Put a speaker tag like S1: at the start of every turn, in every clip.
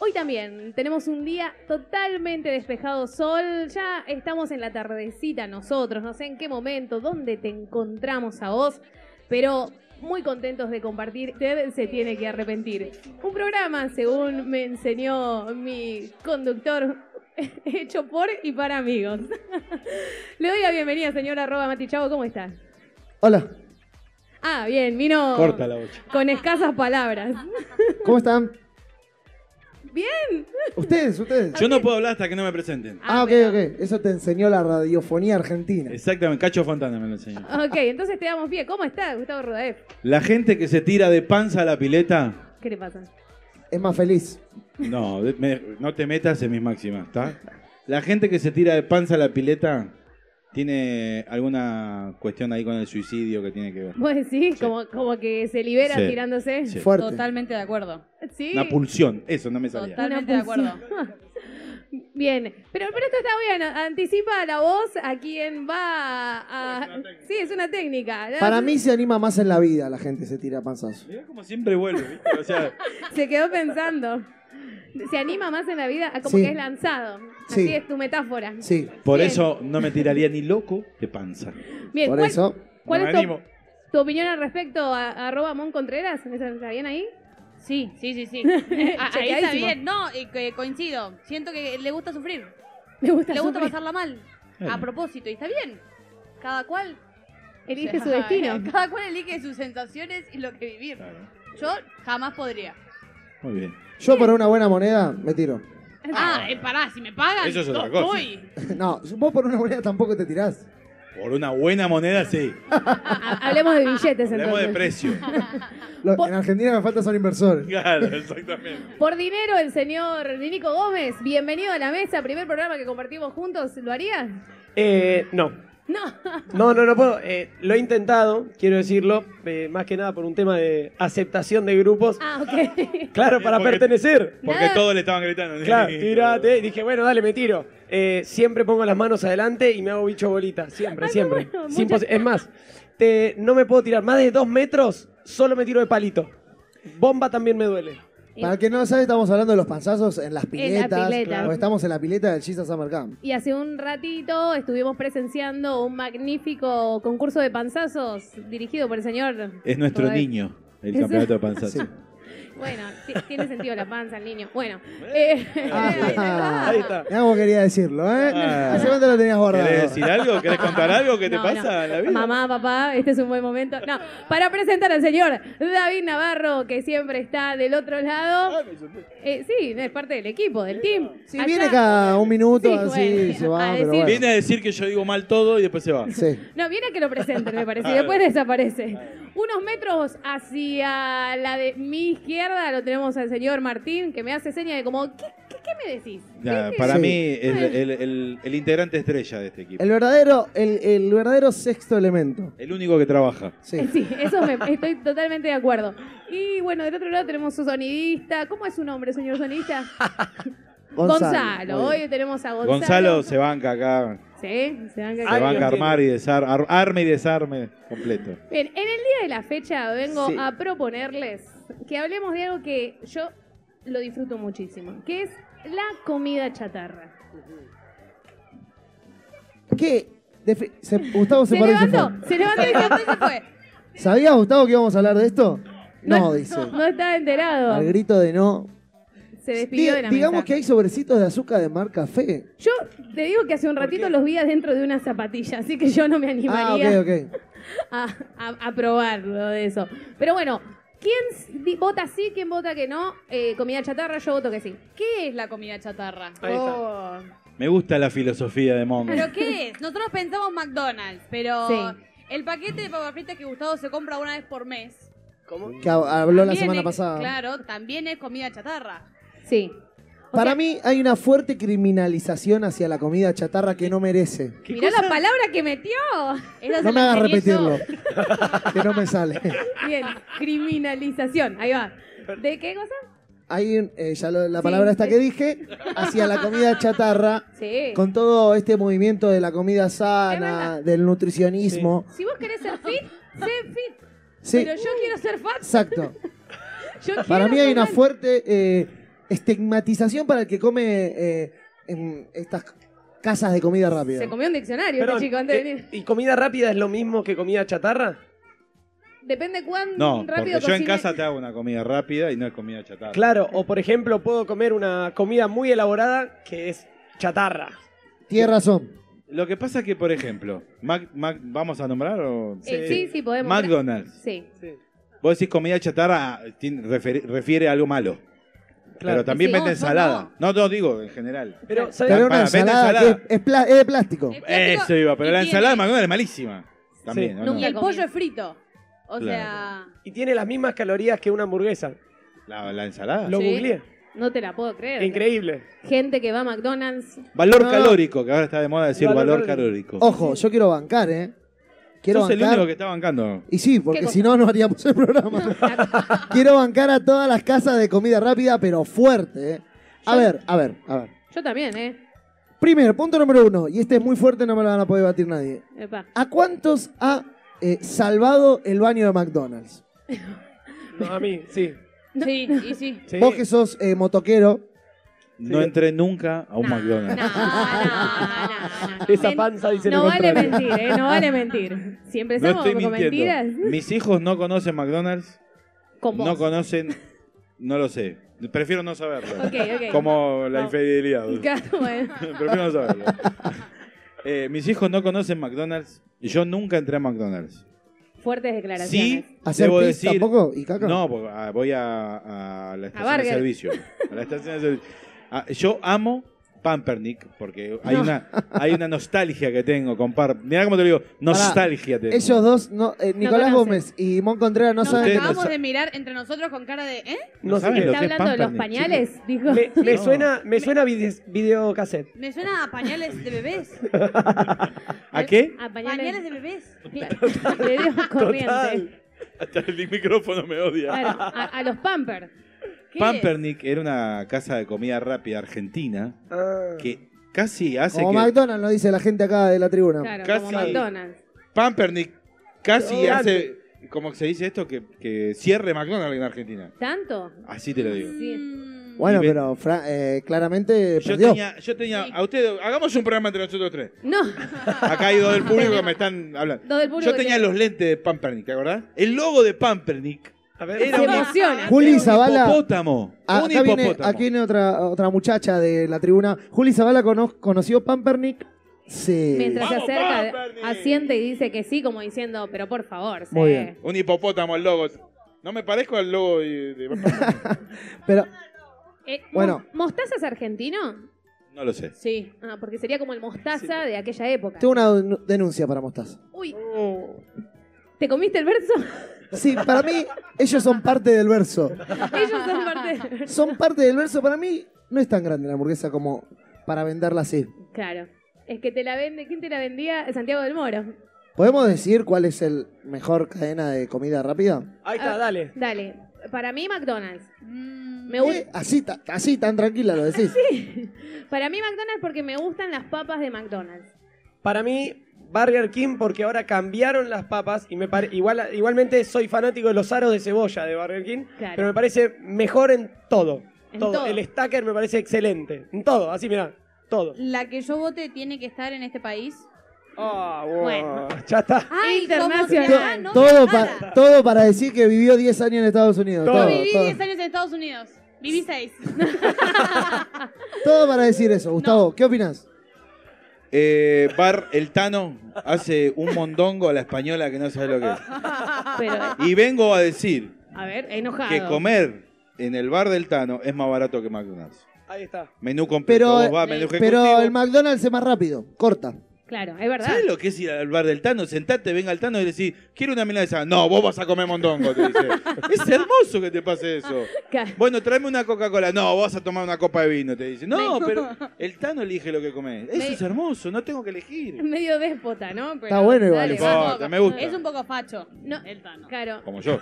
S1: Hoy también tenemos un día totalmente despejado sol, ya estamos en la tardecita nosotros, no sé en qué momento, dónde te encontramos a vos, pero muy contentos de compartir, usted se tiene que arrepentir. Un programa, según me enseñó mi conductor, hecho por y para amigos. Le doy la bienvenida, señora arroba Mati Chavo, ¿cómo está?
S2: Hola,
S1: Ah, bien, vino
S2: corta la bocha.
S1: con escasas palabras.
S2: ¿Cómo están?
S1: Bien.
S2: Ustedes, ustedes.
S3: Yo no puedo hablar hasta que no me presenten.
S2: Ah, ok,
S1: pero-
S2: ok. Eso te enseñó la radiofonía argentina.
S3: Exactamente, Cacho Fontana me lo enseñó.
S1: Ok, entonces te damos pie. ¿Cómo está Gustavo Rodaef?
S3: La gente que se tira de panza a la pileta,
S1: ¿Qué le pasa?
S2: Es más feliz.
S3: no, de- me- no te metas en mis máximas, ¿está? La gente que se tira de panza a la pileta tiene alguna cuestión ahí con el suicidio que tiene que ver.
S1: Vos decís, como, como que se libera
S3: Sí.
S1: tirándose.
S3: Sí.
S2: Fuerte.
S4: Totalmente de acuerdo.
S1: Sí.
S3: Una pulsión, eso no me salía.
S4: Totalmente de
S1: Una
S4: acuerdo.
S1: Bien. Pero, pero esto está bien. Anticipa la voz a quien va a. Sí, es una técnica.
S2: Para mí se anima más en la vida la gente se tira panzas.
S3: Mirá como siempre vuelve, ¿viste? O sea,
S1: Se quedó pensando. Se anima más en la vida a como
S2: Sí.
S1: que es lanzado. Así
S2: Sí.
S1: es tu metáfora.
S2: Sí,
S3: por
S1: Bien.
S3: eso no me tiraría ni loco de panza.
S1: Bien,
S2: por
S1: ¿cuál,
S2: eso.
S1: cuál es
S3: No me
S1: tu,
S3: animo.
S1: tu opinión al respecto? A, a arroba Mon Contreras. ¿Está bien ahí?
S4: Sí, sí, sí, sí. Ah, ahí está
S1: Chequeadísimo.
S4: bien. No, y que coincido. Siento que le gusta sufrir.
S1: Me gusta.
S4: Le gusta
S1: sufrir.
S4: pasarla mal. A propósito, y está bien. Cada cual
S1: Elige su destino.
S4: Cada cual elige sus sensaciones y lo que vivir.
S3: Claro.
S4: Yo jamás podría.
S3: Muy bien.
S2: Yo por una buena moneda me tiro.
S4: Ah, eh, pará, si me pagan,
S3: Eso es
S4: no
S3: otra cosa.
S4: voy.
S2: No, vos por una moneda tampoco te tirás.
S3: Por una buena moneda, sí.
S1: Ah, Hablemos de billetes entonces.
S3: Hablemos de precio.
S2: Lo-
S1: Vos-
S2: en Argentina me falta son inversores.
S3: Claro, exactamente.
S1: Por dinero, el señor Nico Gómez, bienvenido a la mesa, primer programa que compartimos juntos, ¿lo harías?
S5: Eh, no.
S1: No.
S5: No, no, no puedo. Eh, lo he intentado, quiero decirlo, eh, más que nada por un tema de aceptación de grupos.
S1: Ah, ok.
S5: Claro, para
S3: Porque-
S5: pertenecer.
S3: Porque
S1: Nada.
S3: todos le estaban gritando.
S5: Claro, tirate. Dije, bueno, dale, me tiro. Eh, siempre pongo las manos adelante y me hago bicho bolita. Siempre, siempre.
S1: bueno,
S5: Sin
S1: muchas-
S5: posi- es más, te- no me puedo tirar más de dos metros, solo me tiro de palito. Bomba también me duele.
S2: Para que no sabe, estamos hablando de los panzazos en las piletas.
S1: pileta.
S2: claro, estamos en la pileta del Jesus Summer Camp.
S1: Y hace un ratito estuvimos presenciando un magnífico concurso de panzazos dirigido por el señor.
S3: Es nuestro
S1: Rodríguez.
S3: niño, el
S1: Eso.
S3: campeonato de panza.
S2: Sí.
S1: Bueno, ti- tiene sentido la panza, el niño. Bueno, eh,
S2: Ah,
S5: Ahí está.
S2: Mirá cómo quería decirlo, ¿eh?
S3: Ah.
S2: Hace cuánto lo tenías guardado.
S3: ¿Querés decir algo? ¿Querés contar algo que te
S1: No,
S3: pasa
S1: no.
S3: en la vida?
S1: Mamá, papá, este es un buen momento. No, para presentar al señor David Navarro, que siempre está del otro lado. Eh, sí, es parte del equipo, del team.
S2: Si
S1: Allá-
S2: viene cada un minuto,
S1: Sí,
S2: así
S1: bueno,
S2: se va,
S1: a
S2: pero
S1: decir-
S2: bueno.
S3: Viene a decir que yo digo mal todo y después se va.
S2: Sí.
S1: No, viene a que lo presenten, me parece, y después desaparece. Unos metros hacia la de mi izquierda lo tenemos al señor Martín, que me hace seña de como, ¿qué, qué- qué me decís?
S3: Nada, para
S2: Sí.
S3: mí es el, el- el- el integrante estrella de este equipo.
S2: El
S3: El,
S2: verdadero, el, el verdadero sexto elemento.
S3: único que trabaja.
S2: Sí.
S1: Sí, eso me, estoy totalmente de acuerdo. Y bueno, del otro lado tenemos su sonidista. ¿Cómo es su nombre, señor sonidista? Gonzalo.
S2: Muy bien.
S1: Hoy tenemos a Gonzalo.
S3: Gonzalo se banca acá.
S1: Sí, se dan
S3: Se
S5: Ay,
S1: cuenta.
S5: va.
S3: banca
S5: Dios
S3: armar y desarme. arme y desarme completo.
S1: Bien, en el día de la fecha vengo
S2: Sí.
S1: a proponerles que hablemos de algo que yo lo disfruto muchísimo, que es la comida chatarra.
S2: ¿Qué? Defi- se- Gustavo se,
S1: Se,
S2: paró y se
S1: levantó,
S2: fue.
S1: se levantó y se
S4: Entonces se fue.
S2: ¿Sabías, Gustavo, que íbamos a hablar de esto? No, dice.
S1: No estaba enterado.
S2: Al grito de no.
S1: Se despidió
S2: Di-
S1: de la
S2: digamos
S1: mesa.
S2: que hay sobrecitos de azúcar de marca fe.
S1: Yo te digo que hace un ratito los vi adentro de una zapatilla, así que yo no me
S2: Ah,
S1: animaría
S2: ok, ok.
S1: a, a- a probarlo de eso. Pero bueno, ¿quién s- di- vota sí, quién vota que no? Eh, comida chatarra, yo voto que sí.
S4: ¿Qué es la comida chatarra?
S5: Ahí está.
S1: Oh.
S3: Me gusta la filosofía de Mongo.
S4: ¿Pero qué es? Nosotros pensamos McDonald's, pero
S1: Sí.
S4: el paquete de papas fritas que Gustavo se compra una vez por mes.
S2: Que hab- habló la
S4: también
S1: eh,
S2: semana
S4: es-
S2: pasada.
S4: Claro, también es comida chatarra.
S1: Sí.
S2: Para
S4: sea-
S2: mí hay una fuerte criminalización hacia la comida chatarra que no merece.
S4: Mirá la palabra que metió.
S1: Esa se
S2: No me
S1: la
S2: hagas
S1: ingenié yo.
S2: repetirlo. Que no me sale.
S4: Bien, criminalización. Ahí va. ¿De qué cosa?
S2: Hay un- eh, ya lo- la
S4: Sí.
S2: palabra esta que dije, hacia la comida chatarra,
S4: Sí.
S2: con todo este movimiento de la comida
S4: Es
S2: sana,
S4: verdad.
S2: del nutricionismo.
S4: Si vos querés ser fit, sé fit.
S2: Sí,
S4: Pero yo quiero ser fat.
S2: exacto.
S4: Yo
S2: Para
S4: quiero
S2: mí hay una
S4: comer.
S2: fuerte eh, estigmatización para el que come eh, en estas casas de comida rápida.
S4: Se comió un diccionario
S5: Perdón,
S4: este chico antes de
S5: eh,
S4: venir.
S5: ¿Y comida rápida es lo mismo que comida chatarra?
S4: Depende cuán
S3: No, porque
S4: rápido
S3: yo en
S4: cocine. Eh,
S3: casa te hago una comida rápida y no es comida chatarra.
S5: Claro, o por ejemplo, puedo comer una comida muy elaborada que es chatarra.
S2: Tienes razón.
S3: Lo que pasa es que, por ejemplo, Mac- Mac- ¿vamos a nombrar o...?
S4: Eh, sí, sí, podemos.
S3: McDonald's.
S4: Sí.
S3: Vos decís comida chatarra, ah, tiene- refiere, refiere a algo malo. Pero
S5: Claro.
S3: también
S1: Sí,
S3: vende
S1: vos, vos
S3: ensalada. No, no, digo, en general.
S5: Pero, ¿sabes?
S2: Pero una
S3: Para, vende
S2: ensalada que es,
S3: ensalada.
S2: es pla- es de plástico.
S4: Eh,
S1: Es plástico
S3: Eso iba, pero
S1: y
S3: la
S1: tiene-
S3: ensalada de McDonald's es malísima. También,
S5: Sí,
S3: ¿o no?
S1: Y
S4: nunca-
S1: el pollo es frito. O
S3: Claro.
S1: sea,
S5: Y tiene las mismas calorías que una hamburguesa.
S3: La, la ensalada.
S5: Lo
S4: Sí.
S5: googleé.
S4: No te la puedo creer.
S5: Increíble.
S4: Gente que va a McDonald's.
S3: Valor
S2: No.
S3: calórico, que ahora está de moda decir
S5: Valor
S3: valor,
S5: calórico.
S3: calórico.
S2: Ojo, yo quiero bancar, ¿eh? Quiero
S3: Sos el
S2: bancar.
S3: único que está bancando.
S2: Y sí,
S4: ¿Qué
S2: porque
S4: cosa?
S2: si no, no haríamos el programa. quiero bancar a todas las casas de comida rápida, pero fuerte, ¿eh? A
S4: Yo-
S2: ver, a ver, a ver.
S4: Yo también, ¿eh?
S2: Primero, punto número uno, y este es muy fuerte, no me lo van a poder batir nadie.
S4: Epa.
S2: ¿A cuántos ha eh, salvado el baño de McDonald's?
S5: No, a mí, sí.
S1: sí, y sí.
S5: Sí.
S2: Vos que sos eh, motoquero,
S3: No entré nunca a un
S1: Nah,
S3: McDonald's.
S1: nah, nah, nah, nah.
S5: Esa
S4: Men-
S5: panza dice
S4: No
S5: lo
S4: vale
S5: contrario.
S4: mentir, ¿eh? No vale mentir. Si
S3: No
S4: empezamos
S3: estoy
S4: con
S3: mintiendo.
S4: mentiras,
S3: Mis hijos no conocen McDonald's.
S4: con vos.
S3: No conocen. No lo sé. Prefiero no saberlo.
S4: Ok, ok.
S3: Como la
S4: No.
S3: infidelidad.
S4: Claro, bueno.
S3: Prefiero no saberlo. Eh, mis hijos no conocen McDonald's. y Yo nunca entré a McDonald's.
S4: Fuertes
S3: Sí,
S4: declaraciones.
S2: hacer
S3: debo
S2: pis
S3: decir.
S2: tampoco y caca.
S3: No, porque, ah, voy a, a la estación de
S4: Burger.
S3: servicio. A la estación de servicio. Ah, yo amo Pampernick porque hay, una, hay una nostalgia que tengo con Pampernick. Mirá cómo te lo digo, nostalgia tengo.
S2: Ellos dos, no, eh,
S4: conocen.
S2: Nicolás Gómez y Mon Contreras no,
S1: Nos
S2: saben.
S3: Ustedes
S1: acabamos
S3: no sa-
S1: de mirar entre nosotros con cara de. ¿Eh?
S5: No sé
S3: saben
S5: qué.
S3: lo
S4: ¿Está
S3: que es
S4: hablando de los
S3: Pampernick,
S4: pañales? Dijo.
S5: Me, me
S3: No.
S5: suena, me suena vide- videocassette.
S1: Me suena a pañales de bebés.
S3: ¿A qué?
S4: A
S1: Pañales
S4: Ah, pañales.
S1: de bebés.
S4: Le dio corriente.
S5: Total.
S3: Hasta el micrófono me odia.
S4: Claro, a, a los Pampers.
S1: ¿Qué?
S3: Pampernick era una casa de comida rápida argentina
S5: Ah.
S3: que casi hace
S2: Como
S3: que
S2: McDonald's lo dice la gente acá de la tribuna.
S4: Claro, como
S3: Casi.
S4: McDonald's.
S3: Pampernick casi
S5: Grande.
S3: hace como que se dice esto que, que cierre McDonald's en Argentina.
S4: ¿Tanto?
S3: Así te lo digo.
S4: Sí.
S1: Mm,
S2: Bueno,
S3: Y ve-
S2: pero Fra- eh, claramente
S3: Yo
S2: perdió.
S3: tenía, yo tenía, a ustedes, hagamos un programa entre nosotros tres.
S4: No,
S3: Acá hay dos del público que me están hablando.
S4: dos del público.
S3: Yo
S4: que
S3: tenía
S4: tiene-
S3: los lentes de Pampernick, ¿te acordás? El logo de Pampernick
S5: A ver,
S3: era
S4: Se
S3: un
S4: emociona.
S2: Juli
S3: un
S2: Zavala.
S3: hipopótamo.
S2: Ah,
S3: un
S2: Acá viene,
S3: hipopótamo.
S2: aquí viene otra, otra muchacha de la tribuna. Juli Zavala cono- conoció Pampernick. Sí.
S4: Mientras se
S3: ¡Vamos,
S4: acerca,
S3: Pampernick!
S4: asiente y dice que sí, como diciendo, pero por favor.
S2: Muy
S4: sé.
S2: bien.
S3: Un hipopótamo el logo. No me parezco al logo de, de Pampernick.
S2: Pero
S4: Eh,
S2: Bueno.
S4: Mos- ¿Mostaza es argentino?
S3: No lo sé.
S4: Sí. Ah, porque sería como el mostaza de aquella época.
S2: tengo una denu- denuncia para Mostaza.
S4: Uy. ¿Te comiste el verso?
S2: Sí, para mí ellos son parte del verso.
S4: Ellos son parte.
S2: Son parte del verso. Para mí no es tan grande la hamburguesa como para venderla así.
S4: Claro. Es que te la vende. ¿Quién te la vendía? Santiago del Moro.
S2: ¿Podemos decir cuál es el mejor cadena de comida rápida?
S5: ahí está, dale.
S4: Dale. Para mí, McDonald's.
S1: mm,
S4: Me gusta.
S2: Eh, así, ta- así, tan tranquila lo decís.
S4: Para mí, McDonald's porque me gustan las papas de McDonald's.
S5: Para mí, Burger King, porque ahora cambiaron las papas y me pare- igual, igualmente soy fanático de los aros de cebolla de Burger King,
S4: Claro.
S5: pero me parece mejor en todo.
S4: En
S5: todo.
S4: todo.
S5: El stacker me parece excelente. En todo, así mirá, todo.
S1: La que yo vote tiene que estar en este país.
S5: Ah,
S4: Bueno.
S5: Ya está.
S1: Ay, como
S4: Ah, Internacional.
S1: que acá ah, no se
S2: todo, pa-
S1: para.
S2: todo para decir que vivió 10 años en Estados Unidos.
S5: Todo.
S2: Todo,
S1: Yo viví
S2: todo.
S1: 10 años en Estados Unidos. Viví 6.
S2: Todo para decir eso. Gustavo, ¿qué opinas?
S3: Eh, Bar El Tano hace un mondongo a la española que no sabe lo que es.
S4: Pero,
S3: Y vengo a decir
S4: a ver, enojado.
S3: que comer en el bar del Tano es más barato que McDonald's.
S5: Ahí está.
S3: Menú completo,
S2: Pero,
S3: vos vas, menú
S2: pero
S3: ejecutivo.
S2: el McDonald's es más rápido, corta.
S4: Claro, es verdad.
S3: ¿Sabes lo que es ir al bar del Tano? Sentate, venga al Tano y decís, quiero una milanesa. No, vos vas a comer mondongo, te dice. es hermoso que te pase eso.
S4: Claro.
S3: Bueno, tráeme una Coca-Cola. No, vas a tomar una copa de vino, te dice. No,
S1: Me-
S3: pero el Tano elige lo que comés. Eso
S1: Me-
S3: es hermoso, no tengo que elegir.
S4: Medio déspota, ¿no? Pero-
S2: Está bueno igual. ¿eh?
S1: Dale,
S3: No importa,
S1: vamos.
S3: me gusta.
S1: Es un poco facho.
S4: No.
S1: El Tano.
S4: Claro,
S3: Como yo.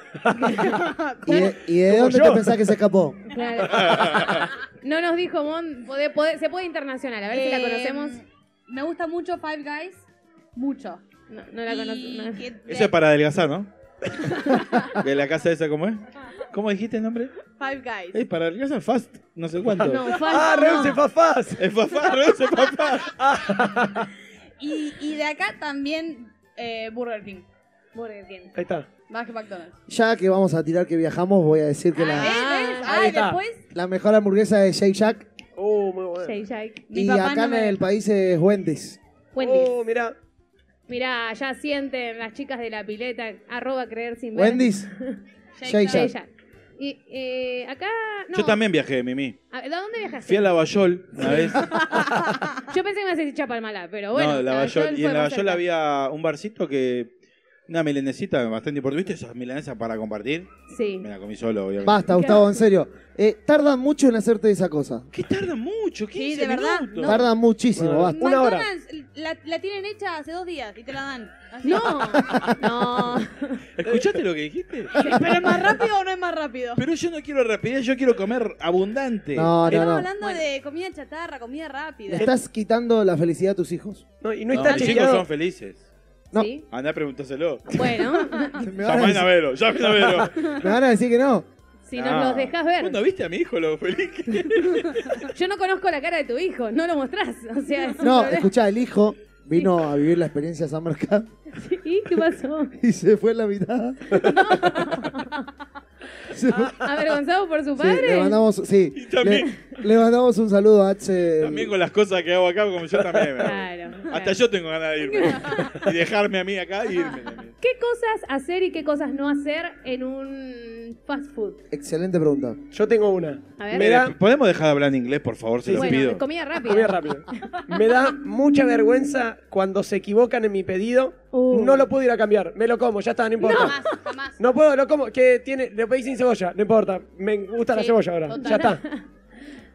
S2: ¿Y de, y de
S5: Ah, Como
S2: dónde
S5: yo.
S2: te pensás que se escapó?
S4: claro. No nos dijo Mon, puede- puede- se puede internacional, a ver si la
S1: Eh,
S4: conocemos.
S1: Me gusta mucho Five Guys. Mucho.
S4: No, no la conozco.
S1: Y
S4: no.
S1: que-
S3: Eso es para adelgazar, ¿no? ¿De la casa esa cómo es? ¿Cómo dijiste el nombre?
S1: Five Guys.
S3: Es para adelgazar fast, no sé cuánto.
S4: No,
S5: ¡Ah,
S4: falso, no.
S5: Reuse Fafás!
S3: Es papá, reduce papá.
S1: Y, y de acá también eh, Burger King.
S4: Burger King.
S5: Ahí está.
S1: Más que McDonald's.
S2: Ya que vamos a tirar que viajamos, voy a decir que la,
S1: Ah, ¿ves?
S5: ahí
S1: Ah,
S5: está.
S1: después
S2: la mejor hamburguesa es Shake Shack
S5: Oh, muy bueno.
S4: Shake Shack.
S1: Mi
S2: y
S1: papá
S2: acá
S1: no me-
S2: en el país es Wendy's.
S4: Wendy's.
S5: Oh, mirá.
S4: Mirá, ya sienten las chicas de la pileta, arroba creer sin ver.
S2: Wendy's, Shake
S1: Shake
S2: Shack.
S1: Shack.
S4: Shake Shack. Y eh, acá. No.
S3: Yo también viajé, Mimi.
S4: ¿A a dónde viajaste?
S3: Fui a Lavallol una vez.
S4: Yo pensé que me ibas a decir Chapalmalá, pero bueno.
S3: no,
S4: Lavallol
S3: Lavallol. Y
S4: fue
S3: en
S4: más
S3: Lavallol
S4: cerca.
S3: había un barcito que. Una milanesita bastante importante. ¿Viste esas milanesas para compartir?
S4: Sí.
S3: Me la comí solo, obviamente.
S2: Basta, Gustavo, en serio. Eh, tardan mucho en hacerte esa cosa.
S3: ¿Qué tarda mucho?
S1: Sí,
S3: 15
S1: de verdad,
S3: minutos.
S1: No.
S2: Tardan muchísimo,
S5: Bueno.
S2: basta.
S5: Una hora.
S1: McDonald's la, la tienen hecha hace dos días y te la dan. Así.
S4: No, no.
S3: ¿Escuchaste lo que dijiste?
S1: ¿Pero es más rápido o no es más rápido?
S3: Ah, Pero yo no quiero rapidez, yo quiero comer abundante.
S2: No,
S1: Estamos
S2: no, no.
S1: hablando de comida chatarra, comida rápida.
S2: Le estás quitando la felicidad a tus hijos.
S5: No, y no,
S3: No,
S5: está
S3: mis chicos
S5: chequeado.
S3: son felices.
S2: No.
S4: Sí.
S3: Andá, preguntáselo.
S4: Bueno,
S2: Me van, a
S3: Llamen a
S2: decir,
S3: Vero, llamen a Vero.
S2: me van a decir que no.
S4: si nos los dejas ver.
S3: ¿Vos no viste a mi hijo lo feliz que es?
S4: Yo no conozco la cara de tu hijo, no lo mostrás. O sea, es un
S2: No,
S4: problema.
S2: escuchá, el hijo vino a vivir la experiencia Summer Camp
S4: ¿Y qué pasó?
S2: y se fue en la mitad. Se
S1: Ah,
S2: fue-
S4: ¿Avergonzado por su
S2: Sí, le
S4: padre?
S2: mandamos, sí,
S3: Y
S2: le,
S3: también-
S2: le mandamos un saludo a Axel.
S3: También con las cosas que hago acá, como yo también. me hago.
S4: claro.
S3: Hasta
S4: claro.
S3: yo tengo ganas de irme. Y dejarme a mí acá y irme también.
S4: ¿Qué cosas hacer y qué cosas no hacer en un fast food?
S2: Excelente pregunta.
S5: Yo tengo una.
S4: A ver.
S5: Me da,
S3: ¿Podemos dejar de hablar en inglés, por favor? Se
S5: Sí,
S3: lo
S5: sí.
S4: bueno,
S3: pido.
S4: comida rápida.
S5: Comida rápida. Me da mucha vergüenza cuando se equivocan en mi pedido.
S4: Uh.
S5: No lo puedo ir a cambiar. Me lo como, ya está, no importa.
S1: Jamás, jamás.
S5: No puedo, lo como. Que tiene, lo pedí sin cebolla, no importa. Me gusta la
S1: Sí,
S5: cebolla ahora.
S1: total.
S5: Ya está.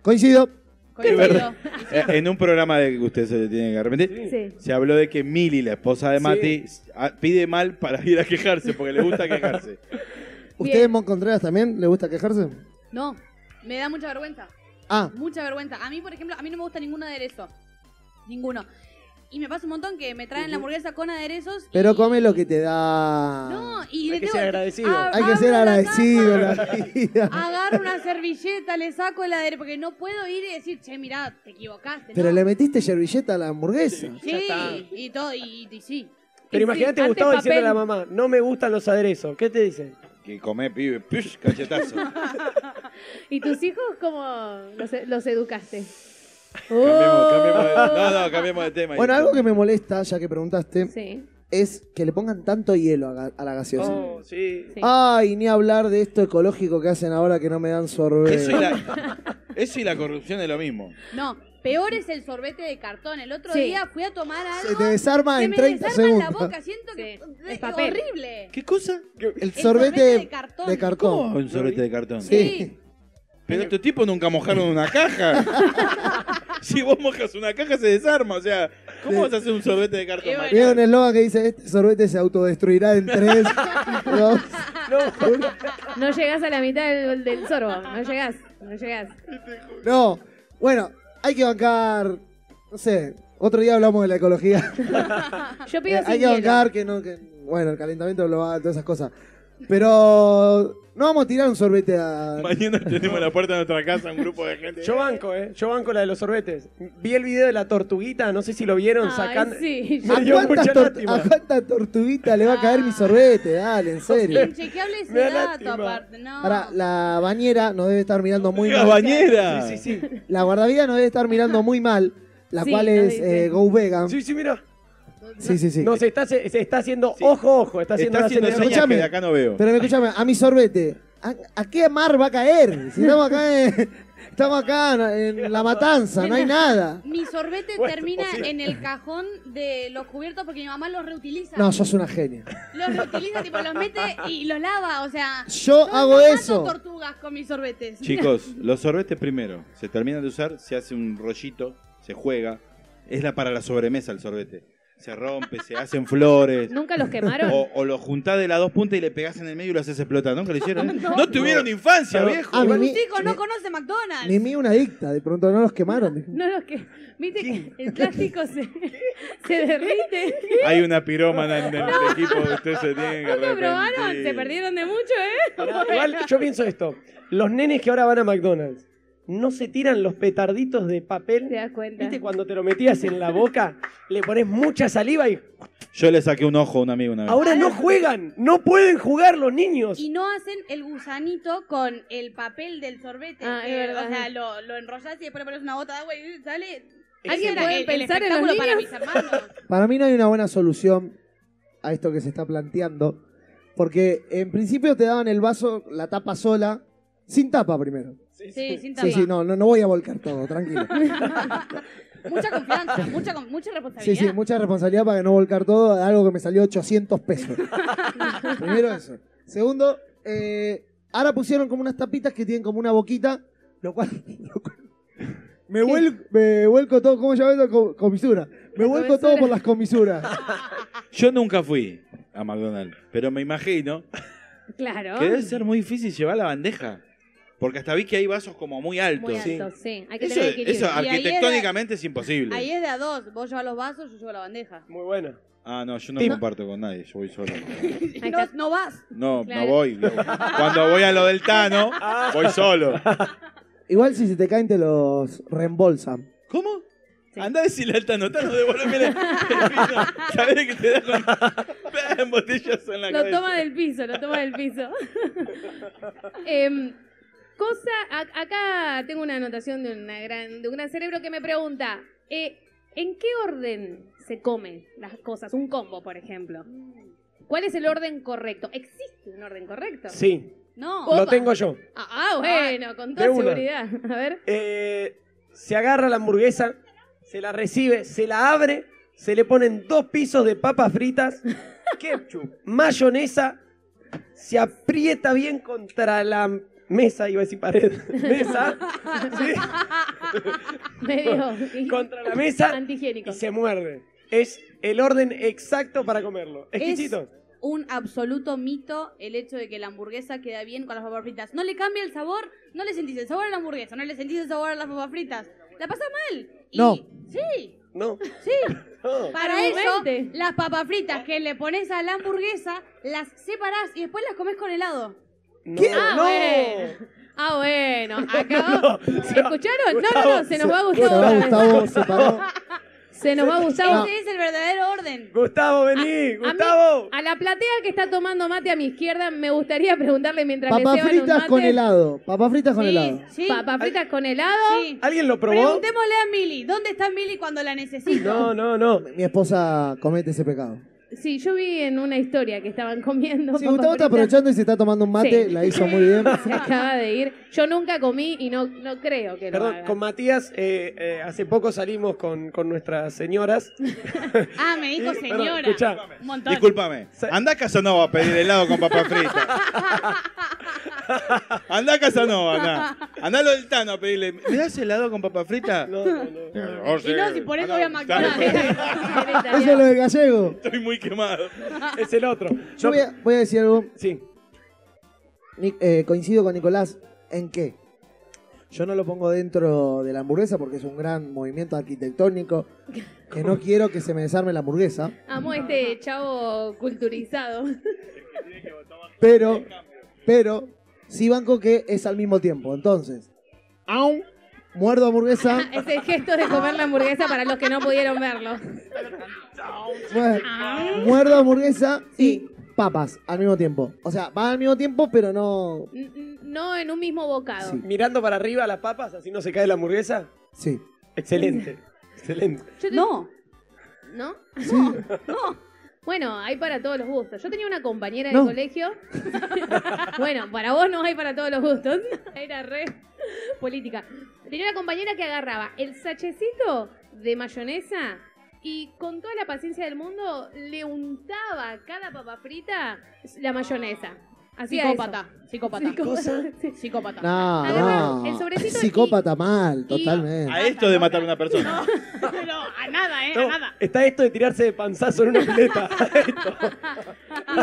S2: Coincido.
S1: Coincido.
S3: verdad. Eh, En un programa de que usted se tiene que arrepentir,
S4: Sí.
S3: se habló de que Mili, la esposa de Mati, a- pide mal para ir a quejarse, porque le gusta quejarse.
S2: ¿Ustedes, Mon Contreras, también le gusta quejarse?
S1: No, me da mucha vergüenza.
S2: Ah,
S1: Mucha vergüenza. A mí, por ejemplo, a mí no me gusta ningún aderezo. Ninguno. Y me pasa un montón que me traen la hamburguesa con aderezos. y-
S2: pero come lo que te da.
S1: No, y
S5: Hay
S1: le
S5: que
S1: tengo-
S5: ser agradecido.
S1: ab-
S2: Hay que
S1: abro
S2: ser
S1: la Ah,
S2: agradecido en
S1: caja,
S2: la vida.
S1: Agarro una servilleta, le saco el aderezo. Porque no puedo ir y decir, che, mirá, te equivocaste.
S2: Pero
S1: no.
S2: le metiste yerbilleta a la hamburguesa.
S5: Ya
S1: Sí,
S5: está.
S1: y todo, y, y sí.
S5: Pero
S4: Y sí,
S5: imagínate
S4: antes
S5: Gustavo diciendo a la
S4: papel.
S5: mamá, no me gustan los aderezos. ¿Qué te dicen?
S3: Que come, pibe, push, cachetazo.
S4: ¿Y tus hijos cómo los, e-, los educaste? Oh,
S3: Cambiemos, cambiemos de, no, no, cambiemos de tema.
S2: Bueno, algo que me molesta, ya que preguntaste,
S4: Sí.
S2: es que le pongan tanto hielo a, ga- a la gaseosa.
S5: Oh, sí.
S4: Sí.
S2: Ay, ni hablar de esto ecológico que hacen ahora que no me dan
S3: Eso y,
S2: sorbete.
S3: la, eso y la corrupción es lo mismo.
S1: No, peor es el sorbete de cartón. El otro
S4: Sí.
S1: día fui a tomar algo.
S2: Se te desarma
S1: se
S2: en
S1: me
S2: 30
S1: desarma en la
S2: segundos.
S1: boca. Siento que
S4: Sí,
S1: es
S4: el papel.
S1: horrible.
S3: ¿Qué cosa?
S2: El
S1: El
S2: sorbete de cartón.
S1: cartón.
S3: ¿Cómo un sorbete de cartón?
S2: Sí.
S3: Pero estos tipos nunca mojaron una caja. si vos mojas una caja se desarma, o sea, ¿cómo vas a hacer un sorbete de cartón?
S1: Y bueno.
S3: Mati?
S2: Veo un eslogan que dice, este sorbete se autodestruirá en 3, 2,
S4: No llegás a la mitad del, del sorbo, no llegás, no llegás.
S2: No, bueno, hay que bancar, no sé, otro día hablamos de la ecología.
S4: Yo
S2: Eh,
S4: pido sin
S2: hay que
S4: hielo.
S2: bancar que no, que, bueno, el calentamiento global, todas esas cosas. Pero no vamos a tirar un sorbete a...
S3: Mañana tenemos en la puerta de nuestra casa un grupo de gente.
S5: Yo banco, ¿eh? Yo banco la de los sorbetes. Vi el video de la tortuguita, no sé si lo vieron
S4: Ay,
S5: sacando.
S4: sí.
S5: Me
S2: ¿A
S5: dio mucha
S2: cuántas, tor-
S5: lástima.
S2: a cuántas tortuguitas le va a caer mi sorbete? Dale, en serio.
S1: Inchequeable ese
S5: Me da
S1: dato
S5: lástima.
S1: aparte, no.
S2: Ahora, la bañera nos debe estar mirando muy
S3: ¡Venga,
S2: mal.
S3: bañera!
S5: Sí, sí, sí.
S2: La guardavida nos debe estar mirando muy mal, la
S4: Sí,
S2: cual
S4: nos
S2: es
S4: dice.
S2: eh, Go Vegan.
S5: Sí, sí, mira.
S2: Sí, sí, sí.
S5: No, se está, se, se está haciendo ojo, ojo. Está haciendo
S3: Está
S5: una
S3: haciendo
S5: señal.
S3: señas que
S2: Escuchame.
S3: de acá no veo.
S2: Pero escúchame, a mi sorbete, ¿a, a qué mar va a caer? Si estamos acá en, Está bacana, en la matanza, no hay nada.
S1: Mi sorbete
S5: Bueno,
S1: termina
S5: posible.
S1: en el cajón de los cubiertos porque mi mamá los reutiliza.
S2: No, sos una genia.
S1: Los reutiliza, tipo, los mete y los lava. O sea,
S2: Yo
S1: yo
S2: hago
S1: no mato
S2: eso.
S1: tortugas con mis sorbetes.
S3: Chicos, los sorbetes primero. Se terminan de usar, se hace un rollito, se juega. Es la para la sobremesa el sorbete. Se rompe, se hacen flores.
S4: ¿Nunca los quemaron?
S2: Oh.
S3: O, o lo juntás de las dos puntas y le pegás en el medio y lo haces explotar. ¿Nunca lo hicieron? eh? No, tuvieron infancia, viejo.
S2: Ah,
S1: Igual
S2: Mimi-
S1: un chico no
S2: Mi-
S1: conoce McDonald's.
S2: Mimi una adicta, de pronto no los quemaron.
S4: No, los que. Viste que el plástico se, se derrite.
S3: Hay una pirómana en el equipo, ustedes se tienen que
S4: ¿Nunca probaron?
S3: arrepentir.
S4: Se perdieron de mucho, ¿eh?
S5: Pará, Igual yo pienso esto. Los nenes que ahora van a McDonald's no se tiran los petarditos de papel.
S4: Te das cuenta.
S5: ¿Viste cuando te lo metías en la boca? Le pones mucha saliva y
S3: Yo le saqué un ojo a un amigo una vez.
S5: ahora no juegan. No pueden jugar los niños.
S1: Y no hacen el gusanito con el papel del sorbete.
S4: Ah,
S1: que,
S4: es verdad.
S1: O sea, lo, lo enrollas y después le pones una gota de agua y sale.
S4: ¿Alguien
S1: Era
S4: puede
S1: el- el
S4: pensar en los
S1: espectáculo para
S4: niños?
S1: mis hermanos.
S2: Para mí no hay una buena solución a esto que se está planteando. Porque en principio te daban el vaso, la tapa sola, sin tapa primero.
S1: Sí, sin tapa.
S2: Sí, sí, no, no, no voy a volcar todo, tranquilo.
S1: Mucha confianza, mucha, con- mucha
S2: Sí,
S1: responsabilidad.
S2: sí, mucha responsabilidad para que no volcar todo, algo que me salió 800 pesos. Primero eso. Segundo, eh, ahora pusieron como unas tapitas que tienen como una boquita, lo cual... lo cual- me, vuel- me vuelco todo, ¿cómo llamas eso? Co- Comisura. Me vuelco todo
S4: comisura.
S2: por las comisuras.
S3: Yo nunca fui a McDonald's, pero me imagino
S4: Claro.
S3: que debe ser muy difícil llevar la bandeja. Porque hasta vi que hay vasos como muy altos.
S4: Muy alto, sí. Hay que
S3: Eso,
S4: tener equilibrio.
S3: eso
S1: Y ahí
S3: arquitectónicamente es imposible.
S1: Ahí es de a dos. Vos llevas los vasos, yo llevo la bandeja.
S5: Muy bueno.
S3: Ah, no, yo no
S4: Te-
S3: comparto con nadie, yo voy solo.
S4: Ahí
S1: No,
S4: está.
S1: no vas.
S3: No,
S4: Claro.
S3: no voy. digo. Cuando voy a lo del Tano, voy solo.
S2: Igual si se te caen te los reembolsan.
S3: ¿Cómo? Andá a decirle al Tano, Tano, devuélveme el el vino. Sabés que te da con pega en botellas en la
S4: Lo
S3: cabeza.
S4: toma del piso, lo toma del piso. Em, cosa, a- acá tengo una anotación de, una gran, de un gran cerebro que me pregunta, eh, ¿en qué orden se comen las cosas? Un combo, por ejemplo. ¿Cuál es el orden correcto? ¿Existe un orden correcto?
S5: Sí,
S1: No.
S5: lo
S4: Opa.
S5: tengo yo.
S4: Ah, ah, bueno, con
S5: de
S4: toda
S5: una.
S4: seguridad. A ver.
S5: Eh, se agarra la hamburguesa, se la recibe, se la abre, se le ponen dos pisos de papas fritas, ketchup, mayonesa, se aprieta bien contra la mesa, iba a decir pared, mesa, sí,
S4: Medio
S5: contra la mesa
S4: antihigiénico.
S5: y se muerde. Es el orden exacto para comerlo. Exquisito.
S1: un absoluto mito el hecho de que la hamburguesa queda bien con las papas fritas. No le cambia el sabor, no le sentís el sabor a la hamburguesa, no le sentís el sabor a las papas fritas. La pasa mal. Y-
S2: No.
S1: Sí.
S5: No. No.
S1: Para eso,
S4: Argumente.
S1: las papas fritas que le pones a la hamburguesa, las separás y después las comes con helado.
S5: No.
S4: Ah,
S5: No.
S4: bueno. Ah, bueno. Acá.
S5: No.
S4: ¿Escucharon? No, no, no. Se nos va
S2: Se va
S4: Gustavo. otra vez.
S2: Gustavo, se paró.
S4: Se nos va Gustavo.
S1: Ese es el verdadero orden.
S5: Gustavo, vení,
S4: A mí-
S5: Gustavo.
S4: A la platea que está tomando mate a mi izquierda, me gustaría preguntarle mientras
S2: Papas
S4: le ceban un
S2: fritas
S4: mate.
S2: con helado. Papas fritas con
S1: Sí,
S2: helado.
S1: sí.
S4: Papas fritas con helado.
S1: Sí.
S5: ¿Alguien lo probó?
S1: Preguntémosle a Mili, ¿dónde está Mili cuando la necesito?
S5: No, no, no.
S2: Mi esposa comete ese pecado.
S4: Sí, yo vi en una historia que estaban comiendo.
S2: Sí,
S4: papas
S2: Gustavo está
S4: fritas.
S2: aprovechando y se está tomando un mate.
S4: Sí.
S2: La hizo muy bien.
S4: Se acaba de ir. Yo nunca comí y no, no creo que lo
S5: Perdón,
S4: haga.
S5: con Matías, eh, eh, hace poco salimos con, con nuestras señoras.
S1: Ah, me dijo
S5: Sí, perdón,
S1: señora.
S5: escuchá.
S1: Un montón.
S3: Discúlpame.
S5: Se-
S3: Andá a Casanova a pedir helado con papas fritas. Andá a Casanova, andá. Andá a lo del Tano a pedirle. ¿Me das helado con papas fritas?
S5: No, no, no.
S1: Y no, si por eso voy a McDonald's.
S4: este
S2: Eso es lo de gallego.
S3: Estoy muy quemado.
S5: Es el otro.
S2: Yo
S5: No,
S2: voy a, voy a decir algo.
S5: Sí.
S2: Ni- eh, coincido con Nicolás. ¿En qué? Yo no lo pongo dentro de la hamburguesa porque es un gran movimiento arquitectónico. Que no quiero que se me desarme la hamburguesa.
S4: Amo este chavo culturizado.
S2: Pero, pero, sí banco que es al mismo tiempo. Entonces, ¡au! Muerdo hamburguesa.
S4: Es el gesto de comer la hamburguesa para los que no pudieron verlo.
S2: Bueno, muerdo hamburguesa
S4: Sí.
S2: y papas al mismo tiempo. O sea, van al mismo tiempo, pero no.
S4: N- n- No en un mismo bocado.
S2: Sí.
S5: Mirando para arriba las papas, así no se cae la hamburguesa.
S2: Sí.
S5: Excelente. Excelente.
S4: Yo te-
S1: No.
S4: ¿No? No, no. Bueno, hay para todos los gustos. Yo tenía una compañera de
S2: No.
S4: colegio. bueno, para vos no hay para todos los gustos. Era re. política. Tenía una compañera que agarraba el sachecito de mayonesa y con toda la paciencia del mundo le untaba a cada papa frita la mayonesa. Así
S1: Psicópata, psicópata. Psicópata.
S2: No,
S4: Agarrar
S2: no.
S4: el sobrecito
S2: Psicópata mal, totalmente.
S3: A esto de matar a una persona.
S1: No, a nada, eh,
S5: No,
S1: a nada.
S5: está esto de tirarse de panzazo en una pileta.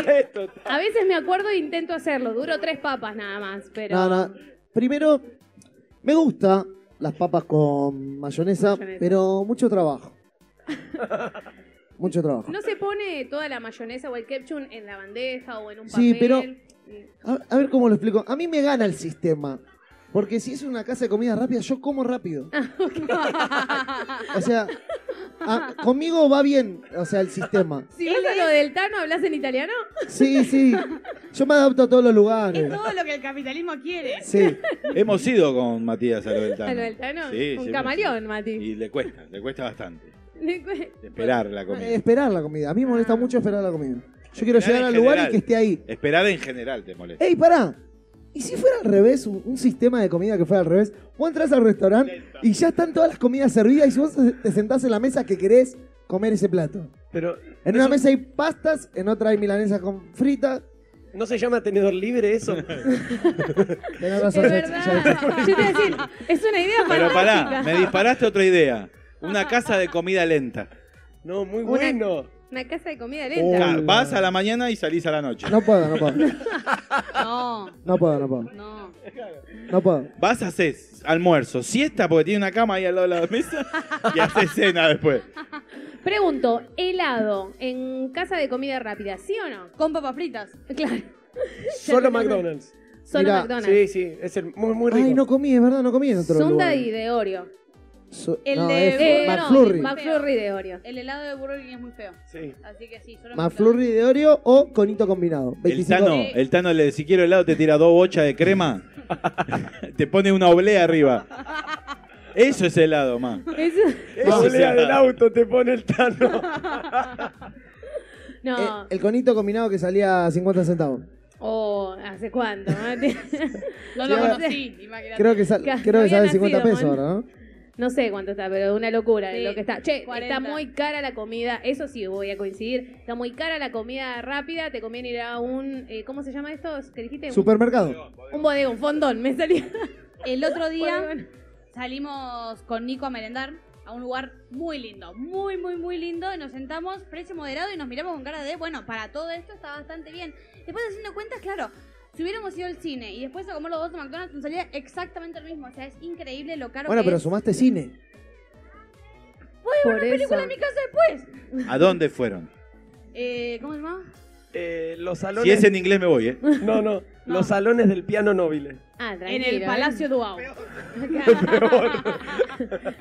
S5: esto. esto.
S4: A veces me acuerdo e intento hacerlo. Duro tres papas nada más, pero...
S2: No, no. Primero, me gusta las papas con mayonesa,
S4: Mayonesa.
S2: pero mucho trabajo. mucho trabajo.
S4: No se pone toda la mayonesa o el ketchup en la bandeja o en un papel.
S2: Sí, pero- A, a ver cómo lo explico. A mí me gana el sistema. Porque si es una casa de comida rápida, yo como rápido. O sea, a- conmigo va bien, o sea, el sistema.
S4: si ves a lo del Tano, ¿hablas en italiano?
S2: Sí, sí. Yo me adapto a todos los
S1: Es
S2: lugares.
S1: todo lo que el capitalismo quiere.
S2: Sí.
S3: Hemos ido con Matías a lo del Tano.
S4: ¿A lo del Tano?
S3: Sí, sí,
S4: un
S3: hemos
S4: camaleón,
S3: ido.
S4: Mati.
S3: Y le cuesta, le cuesta bastante. Esperar la comida.
S2: Eh, esperar la comida. A mí me molesta mucho esperar la comida. Yo quiero
S3: Esperar
S2: llegar
S3: en
S2: al lugar
S3: general.
S2: y que esté ahí.
S3: Esperar en general te molesta.
S2: ¡Ey, pará! ¿Y si fuera al revés, un, un sistema de comida que fuera al revés? Vos entras al restaurante y ya están todas las comidas servidas y si vos te sentás en la mesa que querés comer ese plato.
S5: Pero
S2: En una
S5: Eso-
S2: mesa hay pastas, en otra hay milanesas con fritas,
S5: no se llama tenedor libre eso.
S2: en otra
S4: Es
S2: salsa de
S4: verdad. Yo te iba a decir, es una idea
S3: Pero pará,
S4: fantástica.
S3: me disparaste otra idea. Una casa de comida lenta.
S5: No, muy
S4: Una-
S5: bueno.
S4: Una casa de comida
S2: Oh.
S4: lenta.
S3: Ca- Vas a la mañana y salís a la noche.
S2: No puedo, no puedo.
S1: No,
S2: No puedo, no puedo.
S1: no.
S2: No puedo.
S3: Vas, haces almuerzo, siesta porque tiene una cama ahí al lado de la mesa y haces cena después.
S4: Pregunto, helado en casa de comida rápida, ¿sí o no?
S1: Con papas fritas.
S4: Claro.
S5: Solo McDonald's.
S4: Solo
S2: Mirá,
S4: McDonald's.
S5: Sí, sí, es el, muy, muy rico.
S2: Ay, no comí, es verdad, no comí en otro lugar.
S4: Sundae de Oreo.
S2: Su-
S1: El
S2: no,
S1: de-
S2: es
S1: Eh, no,
S2: McFlurry.
S1: Mac-
S4: McFlurry de Oreo.
S1: El helado de Burger King es muy feo.
S5: Sí.
S1: Así que sí, solo
S2: McFlurry de Oreo o conito combinado.
S3: El
S2: 25.
S3: Tano, el Tano le si quiero helado te tira dos bochas de crema, te pone una oblea arriba. Eso es helado, man.
S4: Eso-
S2: Eh,
S5: La olea del auto te pone el tano.
S4: No.
S2: Eh, el conito combinado que salía a 50 centavos.
S4: Oh, ¿hace cuánto? Mati?
S1: No lo
S2: Claro.
S1: conocí, imagínate.
S2: Creo que, sal-
S4: Claro,
S2: creo que
S4: había
S2: sale 50
S4: nacido,
S2: pesos
S4: man.
S2: ahora, ¿no?
S4: no sé cuánto está, pero una locura
S1: Sí,
S4: lo que está. Che,
S1: 40.
S4: está muy cara la comida, eso sí voy a coincidir. Está muy cara la comida rápida, te conviene ir a un. eh, ¿Cómo se llama esto? ¿Qué dijiste? Un-
S2: Supermercado.
S4: Un bodegón, fondón, me salía.
S1: El otro día
S4: Bodegón.
S1: salimos con Nico a merendar a un lugar muy lindo, muy, muy, muy lindo. Y nos sentamos, precio moderado, y nos miramos con cara de, bueno, para todo esto está bastante bien. Después haciendo cuentas, claro, si hubiéramos ido al cine y después a comer los dos de McDonald's, nos salía exactamente lo mismo. O sea, es increíble lo caro
S2: Bueno,
S1: que
S2: pero
S1: es.
S2: sumaste cine.
S4: Por eso.
S1: película en mi casa después.
S3: ¿A dónde fueron?
S1: Eh, ¿Cómo se llama?
S5: Eh, los
S3: Si
S5: salones.
S3: es en inglés me voy, ¿eh?
S5: No, no, Los salones del piano nobile.
S4: Ah, tranquilo.
S1: En el
S4: ¿eh?
S1: Palacio Duau.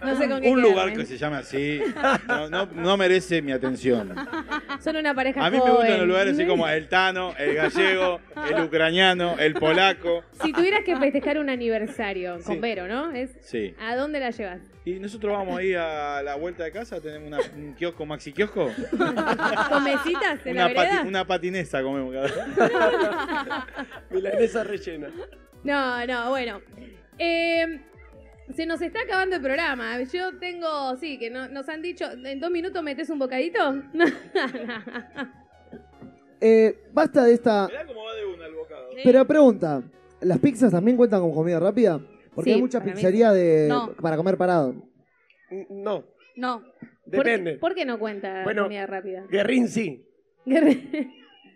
S4: No sé con qué
S3: Un lugar que
S4: quedarme.
S3: se llame así no, no- no merece mi atención.
S4: Son una pareja
S3: A mí me gustan
S4: joven.
S3: los lugares así como el tano, el gallego, el ucraniano, el polaco.
S4: Si tuvieras que festejar un aniversario con
S3: Sí.
S4: Vero, ¿no? Es,
S3: Sí.
S4: ¿A dónde la llevas?
S3: Y nosotros vamos ahí a la vuelta de casa, tenemos una- un kiosco, maxi kiosco.
S4: ¿Con mesitas en
S3: Ah, Una,
S4: la
S3: pati-
S4: vereda?
S3: una patinesa comemos cada vez.
S5: Milanesa rellena.
S4: No, no, bueno. Eh, se nos está acabando el programa. Yo tengo, sí, que no- nos han dicho, en dos minutos metes un bocadito. No,
S2: Eh, basta de esta.
S3: cómo va de una el bocado.
S2: Pero pregunta: ¿las pizzas también cuentan como comida rápida? Porque
S4: Sí,
S2: hay muchas
S4: para mí
S2: pizzerías de...
S1: No.
S2: para comer parado.
S5: N- No,
S1: No,
S4: ¿Por, qué-
S5: depende.
S4: por qué no cuenta
S5: Bueno.
S4: comida rápida?
S5: Guerrín sí.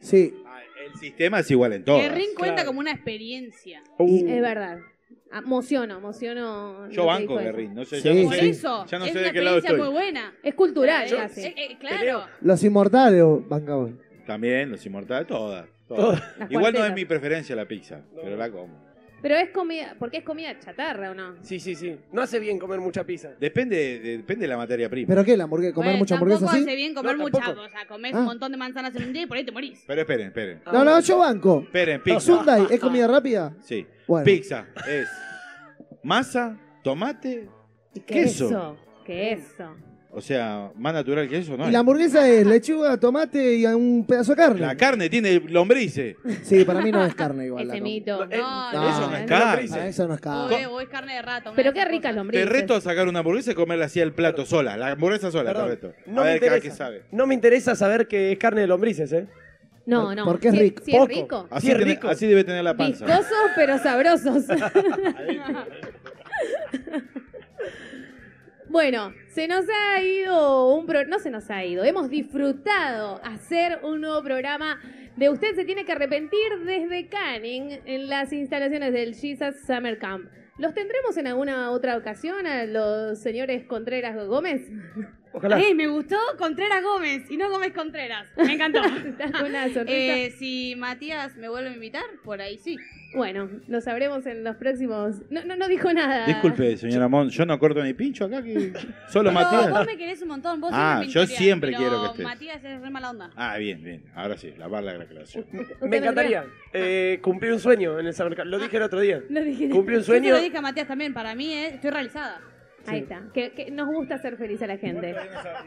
S2: Sí.
S3: el sistema es igual en todo.
S1: que Rin cuenta
S5: claro.
S1: como una experiencia.
S3: Uh.
S4: es verdad. Ah, Mociono, mociono. lo
S3: Yo
S4: que
S3: banco
S4: dijo ella.
S3: Guerrín, no sé,
S2: Sí,
S3: ya no
S1: Por
S3: sé,
S1: eso,
S3: ya no
S1: es
S3: sé
S1: una
S3: de qué lado
S1: experiencia
S3: estoy.
S1: muy buena.
S4: Es cultural,
S1: Yo-
S4: casi.
S1: eh, eh, claro.
S2: Los inmortales o bancamos.
S3: También, los inmortales, todas. todas.
S5: Todas.
S4: Las
S3: Igual no
S4: cuartetas.
S3: es mi preferencia la pizza,
S5: No.
S3: pero la como.
S4: Pero es comida, porque es comida chatarra o no.
S5: Sí, sí, sí. No hace bien comer mucha pizza.
S3: Depende, de- depende de la materia prima.
S2: ¿Pero qué? ¿La hamburguesa? ¿Comer
S1: Bueno,
S2: mucha hamburguesa
S1: Tampoco
S2: así?
S1: hace bien comer
S5: No,
S1: mucha,
S5: tampoco.
S1: o sea, comés
S2: Ah.
S1: un montón de manzanas en un día y por ahí te morís.
S3: Pero esperen, esperen.
S2: No, no, yo banco.
S3: Esperen, pizza.
S2: Sunday, ¿es comida rápida?
S3: Sí.
S2: Bueno.
S3: Pizza es masa, tomate, queso.
S4: Queso.
S3: O sea, más natural que eso, ¿no?
S2: Y la
S3: hay.
S2: hamburguesa es lechuga, tomate y un pedazo de carne.
S3: La carne tiene lombrices.
S2: Sí, para mí no es carne igual. la
S4: Ese
S2: com-
S4: mito.
S5: Eh,
S1: No,
S2: no,
S3: eso no
S2: es
S3: es
S2: Para
S3: carne.
S2: eso no es
S1: O,
S2: carne.
S1: es- o es carne de rata. una
S4: Pero
S1: de
S4: qué
S1: esas
S4: rica
S1: cosas.
S4: lombriz.
S3: Te reto a sacar una hamburguesa y comerla así al plato sola. La hamburguesa sola,
S5: Perdón,
S3: te reto.
S5: no,
S3: a
S5: me
S3: ver cada
S5: interesa,
S3: que sabe.
S5: no me interesa saber que es carne de lombrices, ¿eh?
S4: No,
S2: Por-
S4: no.
S2: porque es
S4: Sí-
S2: rico.
S4: Sí, es
S5: Poco.
S4: rico.
S3: Así,
S5: Sí, es
S3: tiene-
S5: rico.
S3: así debe tener la panza.
S4: Viscosos, pero sabrosos. bueno, se nos ha ido un pro... No se nos ha ido. Hemos disfrutado hacer un nuevo programa de Usted se tiene que arrepentir desde Canning en las instalaciones del Jesus Summer Camp. ¿Los tendremos en alguna otra ocasión a los señores Contreras Gómez?
S5: Ojalá.
S4: Eh,
S1: Ey, Eh, me gustó Contreras Gómez y no Gómez Contreras. Me encantó.
S4: Con una sonrisa.
S1: Eh, si Matías me vuelve a invitar, por ahí sí.
S4: Bueno, lo sabremos en los próximos. No, no, no dijo nada.
S3: Disculpe, señora Mon, yo no corto ni pincho acá. Que... Solo
S1: Pero vos
S3: Matías.
S1: me querés un montón. Vos
S3: Ah,
S1: siempre me
S3: yo
S1: intrigueas,
S3: siempre
S1: pero
S3: quiero que estés.
S1: Matías es re mala onda.
S3: Ah, bien, bien. Ahora sí, lavar la aclaración.
S4: Usted
S5: Me
S4: vendría-
S5: encantaría eh, cumplir un sueño en el San Lo dije el otro día.
S4: Lo dije.
S5: Cumplí un
S1: Yo se
S5: sueño.
S1: lo dije a Matías también. Para mí eh, estoy realizada.
S4: Ahí está. Que, que nos gusta hacer feliz a la gente.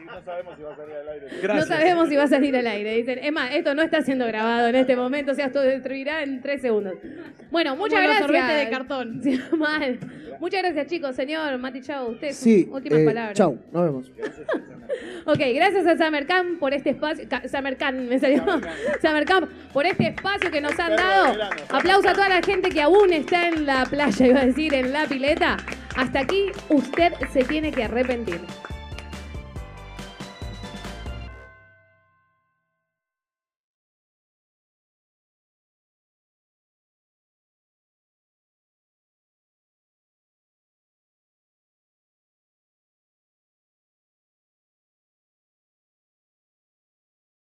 S3: No sabemos si va a salir al aire.
S5: Gracias.
S4: No sabemos si va a salir al aire. Dicen, es más, esto no está siendo grabado en este momento, se autodestruirá en tres segundos. Bueno, muchas
S1: Como los
S4: gracias.
S1: sorbetes de cartón.
S4: Sí, mal. Muchas gracias, chicos. Señor Mati Chau, usted.
S2: Sí,
S4: últimas
S2: eh,
S4: palabras.
S2: Chau, nos vemos.
S4: Ok, gracias a Samercamp por este espacio. Ca- Samercamp, me salió. Samercamp, por este espacio que nos han dado. Aplauso a toda la gente que aún está en la playa, iba a decir, en la pileta. Hasta aquí usted se tiene que arrepentir.